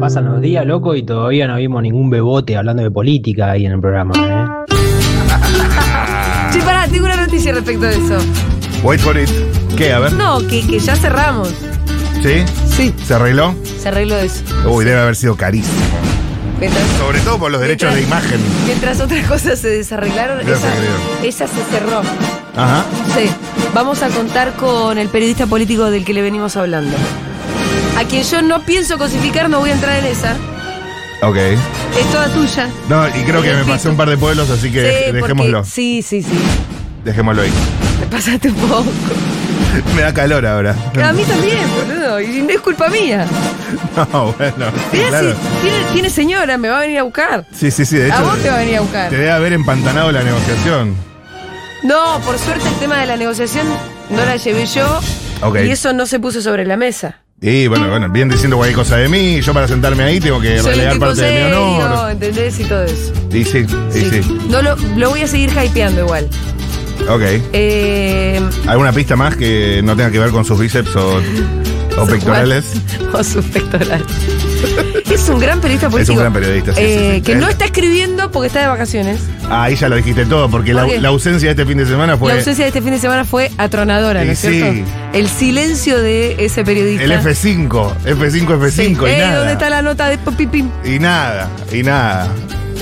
Pasan los días, loco, y todavía no vimos ningún bebote hablando de política ahí en el programa, ¿eh? Che, pará, tengo una noticia respecto de eso. Wait for it. ¿Qué? A ver. No, que, que ya cerramos. ¿Sí? Sí. ¿Se arregló? Se arregló eso. Uy, debe haber sido carísimo. Mientras, Sobre todo por los derechos de imagen. mientras otras cosas se desarreglaron, Ya se esa, arregló. esa se cerró. Ajá. Sí. Vamos a contar con el periodista político del que le venimos hablando. A quien yo no pienso cosificar, no voy a entrar en esa. Ok. Es toda tuya. No, y creo que me Repito. pasé un par de pueblos, así que dej- Sí, porque- dejémoslo. sí, sí, sí. Dejémoslo ahí. Te pasaste un poco. Me da calor ahora. A mí también, boludo. Y no es culpa mía. No, bueno. Mirá claro. si tiene, tiene señora, me va a venir a buscar. Sí, sí, sí. De a hecho, vos te va a venir a buscar. te debe haber empantanado la negociación. No, por suerte el tema de la negociación no la llevé yo. Ok. Y eso no se puso sobre la mesa. Y bueno, bueno, bien diciendo cualquier cosa de mí. Yo para sentarme ahí tengo que Soy un relegar tipo parte de mi serio, honor. ¿entendés? Y todo eso. Y sí, y sí. No lo, lo voy a seguir hypeando igual. Ok. Eh, ¿Alguna pista más que no tenga que ver con sus bíceps o, o pectorales? O sus pectorales. Es un gran periodista político. gran periodista, sí, sí, Eh, sí. Que Es- no está escribiendo porque está de vacaciones. Ah, Ahí ya lo dijiste todo, porque la, ¿Por qué? la ausencia de este fin de semana fue. La ausencia de este fin de semana fue atronadora, ¿no Y es cierto? sí. El silencio de ese periodista. El F5, F5, F5 Sí. y Ey, nada. ¿Dónde está la nota de Popipim? Y nada, y nada.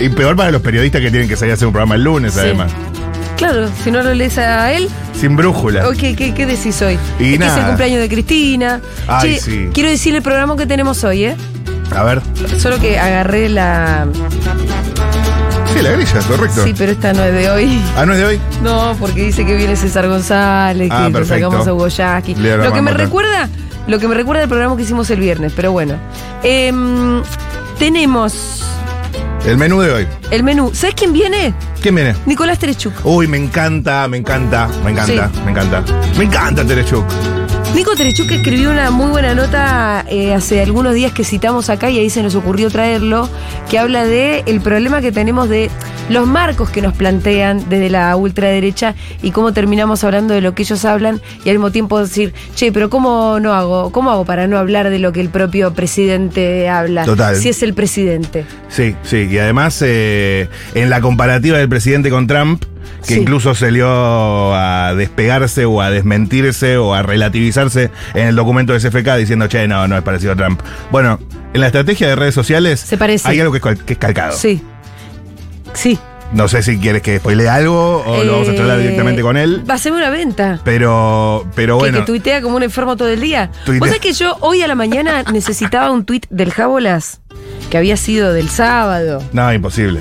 Y peor para los periodistas que tienen que salir a hacer un programa el lunes, Sí. además. Claro, si no lo lees a él, Sin brújula. ¿o qué, qué- qué decís hoy? Este Y Es que es el nada. cumpleaños de Cristina. Ay, sí. Quiero decir el programa que tenemos hoy, ¿eh? A ver. Solo que agarré la. Sí, la grilla, correcto. Sí, pero esta no es de hoy. Ah, ¿no es de hoy? No, porque dice que viene César González, Ah, que lo perfecto. sacamos a Hugo Yasky. Leo Lo que me Ramón, ¿no? recuerda, lo que me recuerda del programa que hicimos el viernes, pero bueno. Em, tenemos El menú de hoy. el menú. ¿Sabes quién viene? ¿Quién viene? Nicolás Terechuk. Uy, me encanta, me encanta, me encanta, Sí. me encanta. Me encanta Terechuk. Nico Terechuk escribió una muy buena nota eh, hace algunos días que citamos acá y ahí se nos ocurrió traerlo, que habla de el problema que tenemos de los marcos que nos plantean desde la ultraderecha y cómo terminamos hablando de lo que ellos hablan y al mismo tiempo decir, che, pero cómo no hago, cómo hago para no hablar de lo que el propio presidente habla, Total. si es el presidente. Sí, sí. Y además, eh, en la comparativa del presidente con Trump, que Sí. incluso salió a despegarse o a desmentirse o a relativizarse en el documento de CFK diciendo, che, no, no es parecido a Trump. Bueno, en la estrategia de redes sociales Se parece. hay algo que es, cal- que es calcado. Sí. Sí. No sé si quieres que spoilee algo o lo vamos a charlar Eh, directamente con él. Va a ser una venta. Pero, pero Que- bueno. Que, tuitea como un enfermo todo el día. Tuitea. ¿Vos sabés que yo hoy a la mañana necesitaba un tuit del Jabolas? Que había sido del sábado. No, imposible.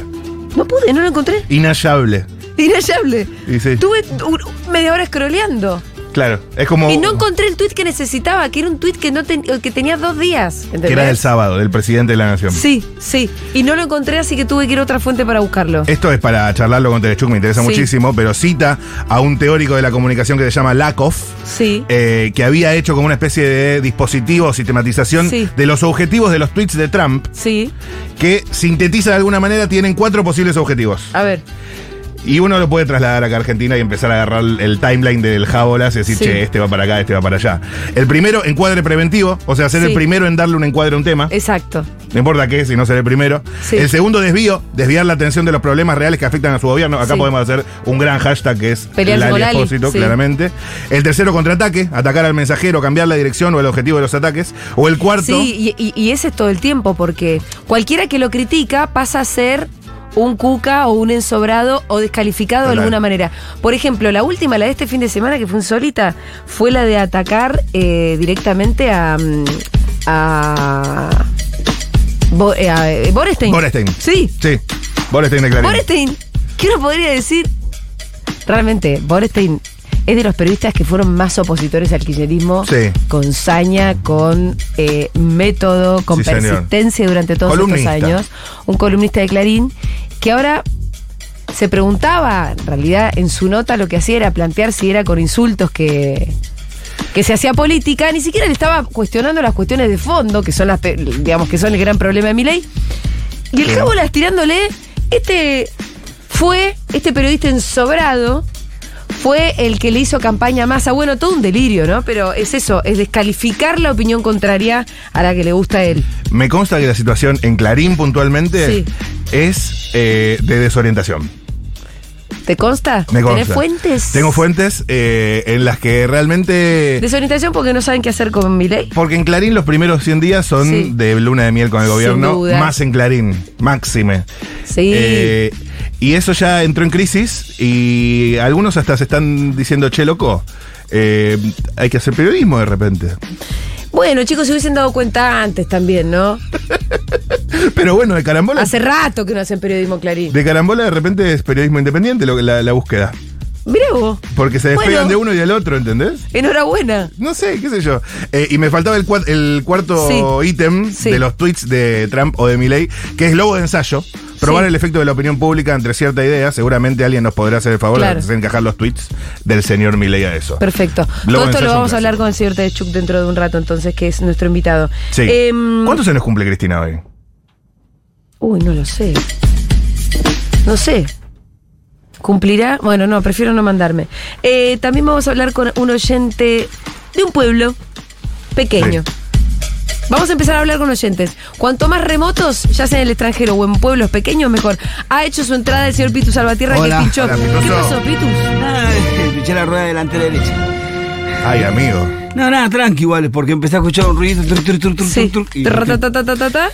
No pude, no lo encontré. Inhallable. Inhallable. Y sí. Tuve un- media hora scrolleando. Claro. Es como. Y no encontré el tuit que necesitaba, que era un tuit que, no ten- que tenía dos días. que ¿entendés? era del sábado, del presidente de la nación. Sí, sí. Y no lo encontré, así que tuve que ir a otra fuente para buscarlo. Esto es para charlarlo con Terechuk, me interesa Sí. muchísimo, pero cita a un teórico de la comunicación que se llama Lakoff, Sí. eh, que había hecho como una especie de dispositivo o sistematización Sí. de los objetivos de los tweets de Trump, Sí. que sintetiza de alguna manera, tienen cuatro posibles objetivos. A ver. Y uno lo puede trasladar acá a Argentina y empezar a agarrar el timeline del Jabolas y decir, Sí. che, este va para acá, este va para allá. El primero, encuadre preventivo, o sea, ser Sí. el primero en darle un encuadre a un tema. Exacto. No importa qué, si no seré el primero. Sí. El segundo desvío, desviar la atención de los problemas reales que afectan a su gobierno. Acá Sí. podemos hacer un gran hashtag que es Pelearse Lali con Lali, Espósito, sí. claramente. El tercero, contraataque, atacar al mensajero, cambiar la dirección o el objetivo de los ataques. O el cuarto, Sí, y, y- y ese es todo el tiempo, porque cualquiera que lo critica pasa a ser un cuca o un ensobrado o descalificado de Total. alguna manera. Por ejemplo, la última, la de este fin de semana, que fue insólita, fue la de atacar eh, directamente a. mm, a. Bo- eh, a, eh, Borestein. Borestein. Sí, Sí, Borestein de Clarín. Borestein. ¿Qué uno podría decir? Realmente, Borestein es de los periodistas que fueron más opositores al kirchnerismo. Sí. Con saña, con eh, método, con Sí, señor. persistencia durante todos estos Columnista. años. Un columnista de Clarín que ahora se preguntaba, en realidad, en su nota lo que hacía era plantear si era con insultos que. Que se hacía política, ni siquiera le estaba cuestionando las cuestiones de fondo, que son las, pe- digamos, que son el gran problema de mi ley, y el Sí. Jabolas tirándole, este fue, este periodista ensobrado, fue el que le hizo campaña a Massa. Bueno, todo un delirio, ¿no? Pero es eso, es descalificar la opinión contraria a la que le gusta a él. Me consta que la situación en Clarín puntualmente Sí. es eh, de desorientación. ¿Te consta? Me consta. ¿Tenés fuentes? Tengo fuentes eh, en las que realmente... Desorientación porque no saben qué hacer con mi ley. Porque en Clarín los primeros 100 días son Sí. de luna de miel con el Sin gobierno, duda. más en Clarín, máxime. Sí. Eh, y eso ya entró en crisis y algunos hasta se están diciendo, che, loco, eh, hay que hacer periodismo de repente. Bueno, chicos, se hubiesen dado cuenta antes también, ¿no? Pero bueno, de carambola, Hace rato que no hacen periodismo clarín. de carambola de repente es periodismo independiente lo que- la, la búsqueda. Mirá vos. Porque se despegan Bueno. de uno y del otro, ¿entendés? Enhorabuena. No sé, qué sé yo. Eh, y me faltaba el, cua- el cuarto Sí. ítem Sí. de los tweets de Trump o de Milley, que es lobo de ensayo. Probar Sí. el efecto de la opinión pública entre cierta idea. Seguramente alguien nos podrá hacer el favor Claro. de hacer encajar los tweets del señor Milley a eso. Perfecto. Todo Luego esto ensayo lo un vamos a clásico. hablar con el señor Tedchuk dentro de un rato, entonces, que es nuestro invitado. Sí. Em, ¿Cuántos años cumple Cristina hoy? Uy, no lo sé. No sé. ¿Cumplirá? Bueno, no, prefiero no mandarme. Eh, también vamos a hablar con un oyente de un pueblo pequeño. Vamos a empezar a hablar con oyentes. Cuanto más remotos, ya sea en el extranjero o en pueblos pequeños, mejor. Ha hecho su entrada el señor Pitu Salvatierra Hola. que pinchó. Hola, Pituzo. ¿Qué pasó, Pitus? Ay, Escuché la rueda delantera derecha. Ay, amigo. No, nada, tranqui igual, porque empecé a escuchar un ruido. tru, tru, tru, tru, Sí. tru, y- Tra-ta-ta-ta-ta-ta.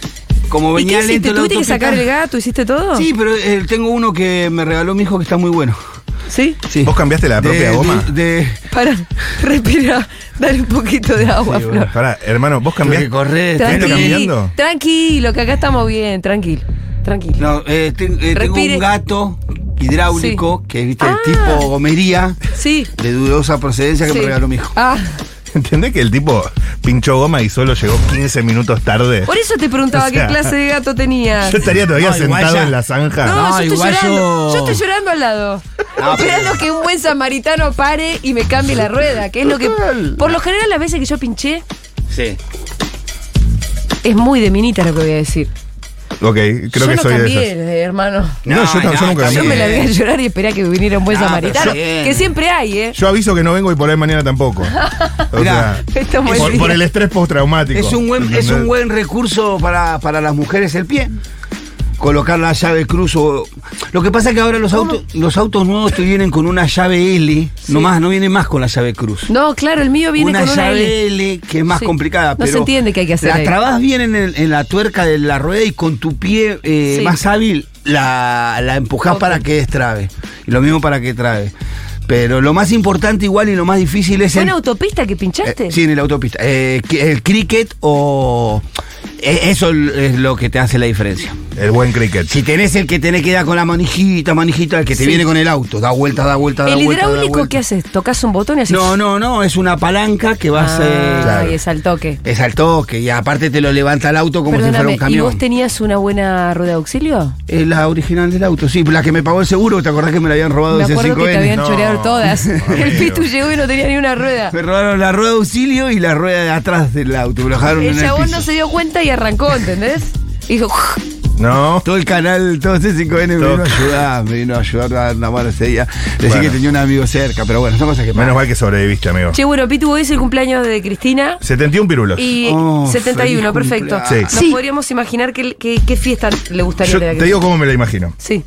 como ¿Y qué venía hiciste? lento la ¿Tuviste que autopista- sacar el gato? ¿Hiciste todo? Sí, pero eh, tengo uno que me regaló mi hijo que está muy bueno. ¿Sí? Sí. ¿Vos cambiaste la De- propia de- goma? De, Para, respira, dale un poquito de agua, Flor. Pará, hermano, vos Tuve que cambiaste. correr, Tranqui. tuve que caminar. Tranquilo, cambiando? tranquilo, que acá estamos bien, tranquilo, tranquilo. No, eh, ten- eh, tengo Respire. un gato hidráulico que viste Ah. el tipo gomería Sí. de dudosa procedencia que sí. me regaló mi hijo. Ah, ¿Entendés que el tipo pinchó goma y solo llegó 15 minutos tarde? por eso te preguntaba O sea, qué clase de gato tenías. Yo estaría todavía No, igual sentado ya. en la zanja. No, No, yo estoy igual llorando. yo- Yo estoy llorando al lado. No, pero- esperando que un buen samaritano pare y me cambie la rueda, que es lo que. Por lo general, las veces que yo pinché, Sí. es muy de minita lo que voy a decir. Ok, creo yo que no soy cambié, de esos. eh, hermano. No, yo tam- yo nunca está Yo cambié. me la bien. voy a llorar y esperé a que viniera un buen Ah, pero samaritano. está bien. Que siempre hay, ¿eh? Yo aviso que no vengo y por ahí mañana tampoco. O Mirá, sea, Esto es muy por, bien. por el estrés postraumático. Es un buen, es un ¿Entendés? buen recurso para, para las mujeres el pie. Colocar la llave cruz o. Lo que pasa es que ahora los autos, los autos nuevos te vienen con una llave L, nomás, no vienen más con la llave cruz. No, claro, el mío viene una con una llave L. L que es más Sí. complicada. No pero se entiende qué hay que hacer La ahí. trabas bien en, el- en la tuerca de la rueda y con tu pie eh, Sí. más hábil la, la empujás Ok. para que destrabe. Y lo mismo para que trabe. Pero lo más importante igual y lo más difícil es ¿Fue en- una autopista que pinchaste? eh, sí, en la autopista. Eh, qui- el cricket o... eh, Eso es lo que te hace la diferencia. El buen cricket. Si tenés el que tenés que dar con la manijita, manijita, el que te Sí. viene con el auto, da vuelta, da vuelta, da ¿El vuelta. da hidráulico vuelta. qué haces? ¿Tocas un botón y haces? No, no, no, es una palanca que vas... eh, Ah, claro. y es al toque. es al toque y aparte te lo levanta el auto como si fuera Perdóname, un ¿y camión. vos tenías una buena rueda de auxilio? Es la original del auto, sí, la que me pagó el seguro, ¿te acordás que me la habían robado Me ese acuerdo que te 5N? habían No. choreado todas. El Amigo. Pitu llegó y no tenía ni una rueda. Me robaron la rueda de auxilio y la rueda de atrás del auto, me lo dejaron El en el chabón piso. no se dio cuenta y arrancó, ¿entendés? Y dijo, No. Todo el canal, todo ese 5N me Todo. vino a ayudar, me vino a ayudar a dar una mano ese día. Decí Bueno. que tenía un amigo cerca, pero bueno, son cosas que Menos pasan. mal que sobreviviste, amigo. che, bueno, Pitu, hoy es el cumpleaños de Cristina. 71 pirulos. Y Oh, 71, feliz perfecto. cumpleaños. Nos Sí. podríamos imaginar qué, qué- qué fiesta le gustaría Yo tener a te digo cómo me la imagino. Sí,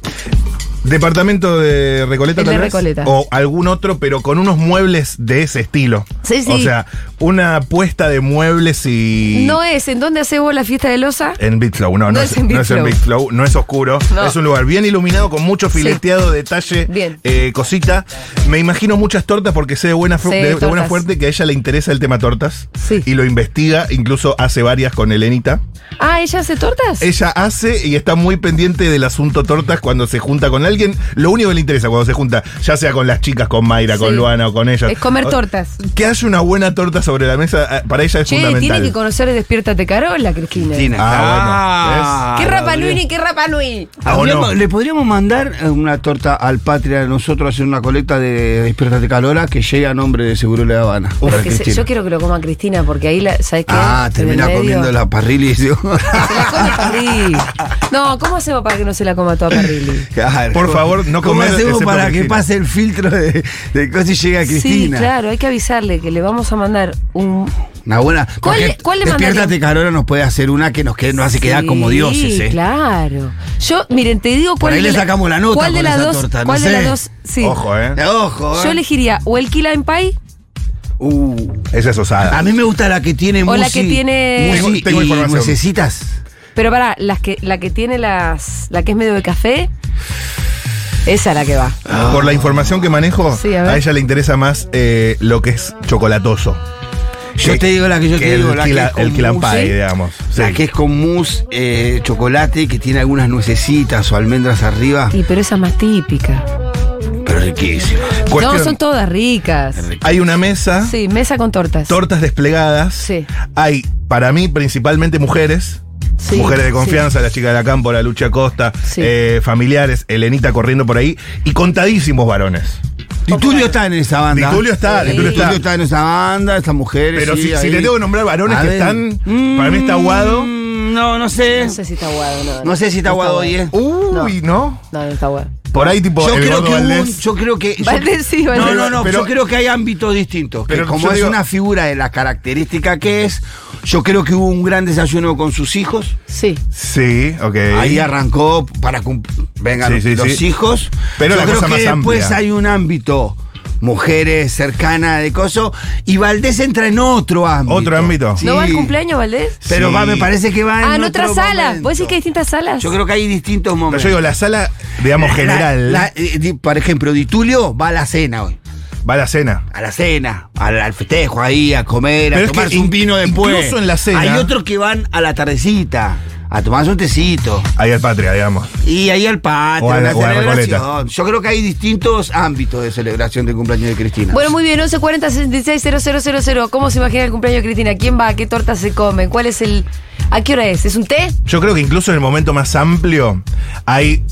Departamento de Recoleta, El de tal vez, Recoleta. O algún otro, pero con unos muebles de ese estilo. Sí, sí. O sea, una puesta de muebles y. No es, ¿en dónde haces vos la fiesta de Loza? En Big Flow, no, no, es, en Big Flow. Flow, no es oscuro. No. Es un lugar bien iluminado, con mucho Sí. fileteado, detalle, Bien. eh, cosita. Me imagino muchas tortas porque sé de buena, fu- Sí, de- de buena tortas. fuerte que a ella le interesa el tema tortas. Sí. Y lo investiga, incluso hace varias con Elenita. Ah, ¿ella hace tortas? Ella hace y está muy pendiente del asunto tortas cuando se junta con alguien. Lo único que le interesa cuando se junta, ya sea con las chicas, con Mayra, Sí. con Luana o con ellas. Es comer tortas. Que haya una buena torta sobre la mesa, eh, para ella es Che, fundamental. tiene que conocer Despiértate Carola, Cristina. Cristina. Ah, ¿Qué Ah, Rapa Gabriel. Nui ni qué Rapa Nui? Ah, ¿o no? Podríamos- Le podríamos mandar eh, una torta al Patria de nosotros, hacer una colecta de Despiértate Calora que llegue a nombre de Seguro de La Habana. Pero para que se- Cristina. yo quiero que lo coma Cristina porque ahí, la, ¿sabes qué? Ah, En termina el medio- comiendo la parrilla y digo, Se la come Parrilli. No, ¿cómo hacemos para que no se la coma toda Parrilli? Ah, Claro. Por favor, no ¿Cómo comer hacemos excepto para que Cristina? pase el filtro de, de cosas y llegue a Cristina? Sí, claro, hay que avisarle que le vamos a mandar un. Una buena. ¿Cuál le- porque cuál le Despiértate, mandaría? Carola nos puede hacer una que nos, Eh, que, nos hace quedar Sí, como dioses, ¿eh? Claro. Yo, miren, te digo Por cuál. ahí de le sacamos la nota ¿Cuál de con las esa dos? torta, no ¿Cuál de sé. las dos? Sí. Ojo, ¿eh? Ojo, ¿eh? Yo elegiría o el Key Lime Pie Uh, Esa es osada. a mí me gusta la que tiene O la musi- que tiene- musi Tengo y información. nuecesitas. Pero pará, las que, la que tiene las. La que es medio de café. Esa es la que va. Por la información que manejo, Sí, a a, ver. ella le interesa más eh, lo que es chocolatoso. Yo Que- te digo la que yo que te el digo, la quila- que es con el quilampay, mousse, digamos. La Sí. que es con mousse, eh, chocolate, que tiene algunas nuecesitas o almendras arriba. Y pero esa es más típica. Pero riquísima. Cuestión, No, son todas ricas. Hay una mesa, Sí, mesa con tortas. tortas desplegadas. Sí. Hay, para mí, principalmente mujeres. Sí, mujeres de sí. confianza, la chica de la campo, la Lucha Costa, Sí. eh, familiares, Elenita corriendo por ahí, y contadísimos varones. Y Tulio está en esa banda. Di Tulio está, Di Di Tulio Tulio está. está en esa banda, estas mujeres. Pero sí, si, si ahí. te tengo que nombrar varones A que ver. están, para mí está Guado. Mm, No, no sé. No sé si está guado, no. No sé si está guado hoy, ¿eh? Uy, ¿no? No, no está guado. Por ahí tipo Yo el creo, Gordo que hubo un- Valdés. yo creo que. yo- Valdés sí, Valdés. No, no, no. Pero- yo creo que hay ámbitos distintos. que Pero yo como es digo- una figura de la característica que es, yo creo que hubo un gran desayuno con sus hijos. Sí. Sí, ok. Ahí arrancó para cumplir. Vengan Sí, sí, los sí. hijos. Pero yo la creo cosa que más después amplia. hay un ámbito. Mujeres cercanas de coso. Y Valdés entra en otro ámbito. Otro ámbito. ¿No va Sí. al cumpleaños, Valdés? Pero Sí. va, me parece que va en. Ah, en otro otra sala. momento. ¿Vos decís que hay distintas salas? Yo creo que hay distintos Pero momentos. yo digo, la sala, digamos, La- general, la- eh, di- por ejemplo, Di Tulio va a la cena hoy. va a la cena. A la cena, al, al festejo ahí, a comer, Pero es a que tomarse in- un vino después. incluso en la cena- Hay otros que van a la tardecita, a tomarse un tecito. Ahí al patria, digamos. Y ahí al patio, O a a la- la, o a la celebración. Recoleta. Yo creo que hay distintos ámbitos de celebración del cumpleaños de Cristina. Bueno, muy bien, 1140 000. ¿Cómo se imagina el cumpleaños de Cristina? ¿Quién va? ¿Qué torta se come? ¿Cuál es el.? ¿A qué hora es? ¿Es un té? Yo creo que incluso en el momento más amplio hay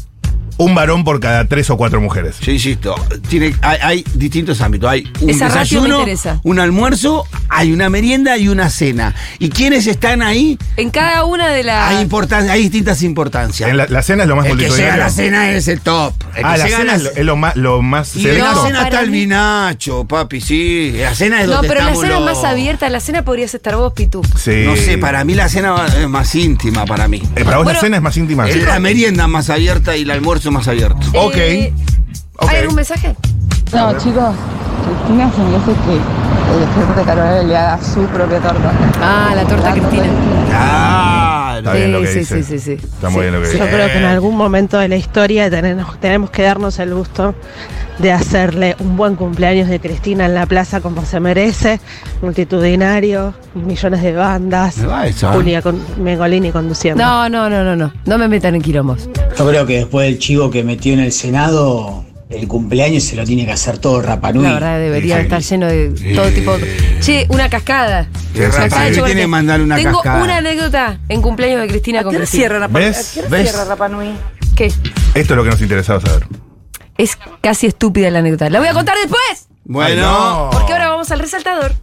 un varón por cada tres o cuatro mujeres. yo insisto, tiene, hay, hay distintos ámbitos. Hay un Esa ratio me desayuno, interesa. un almuerzo, hay una merienda y una cena. ¿Y quiénes están ahí? En cada una de las. Hay, importan- hay distintas importancias. En la, la cena es lo más El que llega a multitudinario. la cena es el top. El ah, que la llega a cena es lo, es lo más, lo más Y en No, la selecto. cena para está el mí- vinacho, papi, sí. La cena es no, donde pero la estamos cena es los- más abierta. La cena podrías estar vos, Pitu. Sí. No sé, para mí la cena va- es más íntima para mí. Eh, para vos Bueno, la cena es más íntima. Es la merienda más abierta y el almuerzo más abierto. Ok. Ok. Eh, ¿Hay algún mensaje? No, chicos, Cristina se merece que el después de Carola le haga su propia torta. Ah, la torta Cristina. Está Claro. bien lo que Sí, sí, sí, dice. sí, sí. Está Sí, muy bien lo que sí. dice. Yo creo Eh, que en algún momento de la historia tenemos, tenemos que darnos el gusto de hacerle un buen cumpleaños de Cristina en la plaza como se merece, multitudinario, millones de bandas, Me va esa, ¿eh? Julia con, Mengolini conduciendo. No, no, no, no, no. No me metan en quilombos. Yo creo que después del chivo que metió en el Senado, el cumpleaños se lo tiene que hacer todo Rapanui. La verdad, debería sí. estar lleno de todo tipo. Che, una cascada. Sí, sí, Cascada sí. de Sí, chocolate. tiene que mandar una Tengo cascada. una anécdota en cumpleaños de Cristina con Cristina. ¿Ves? ¿Ves? ¿Qué? Esto es lo que nos interesaba saber. Es casi estúpida la anécdota. La voy a contar después. Bueno. Ay, no. Porque ahora vamos al resaltador.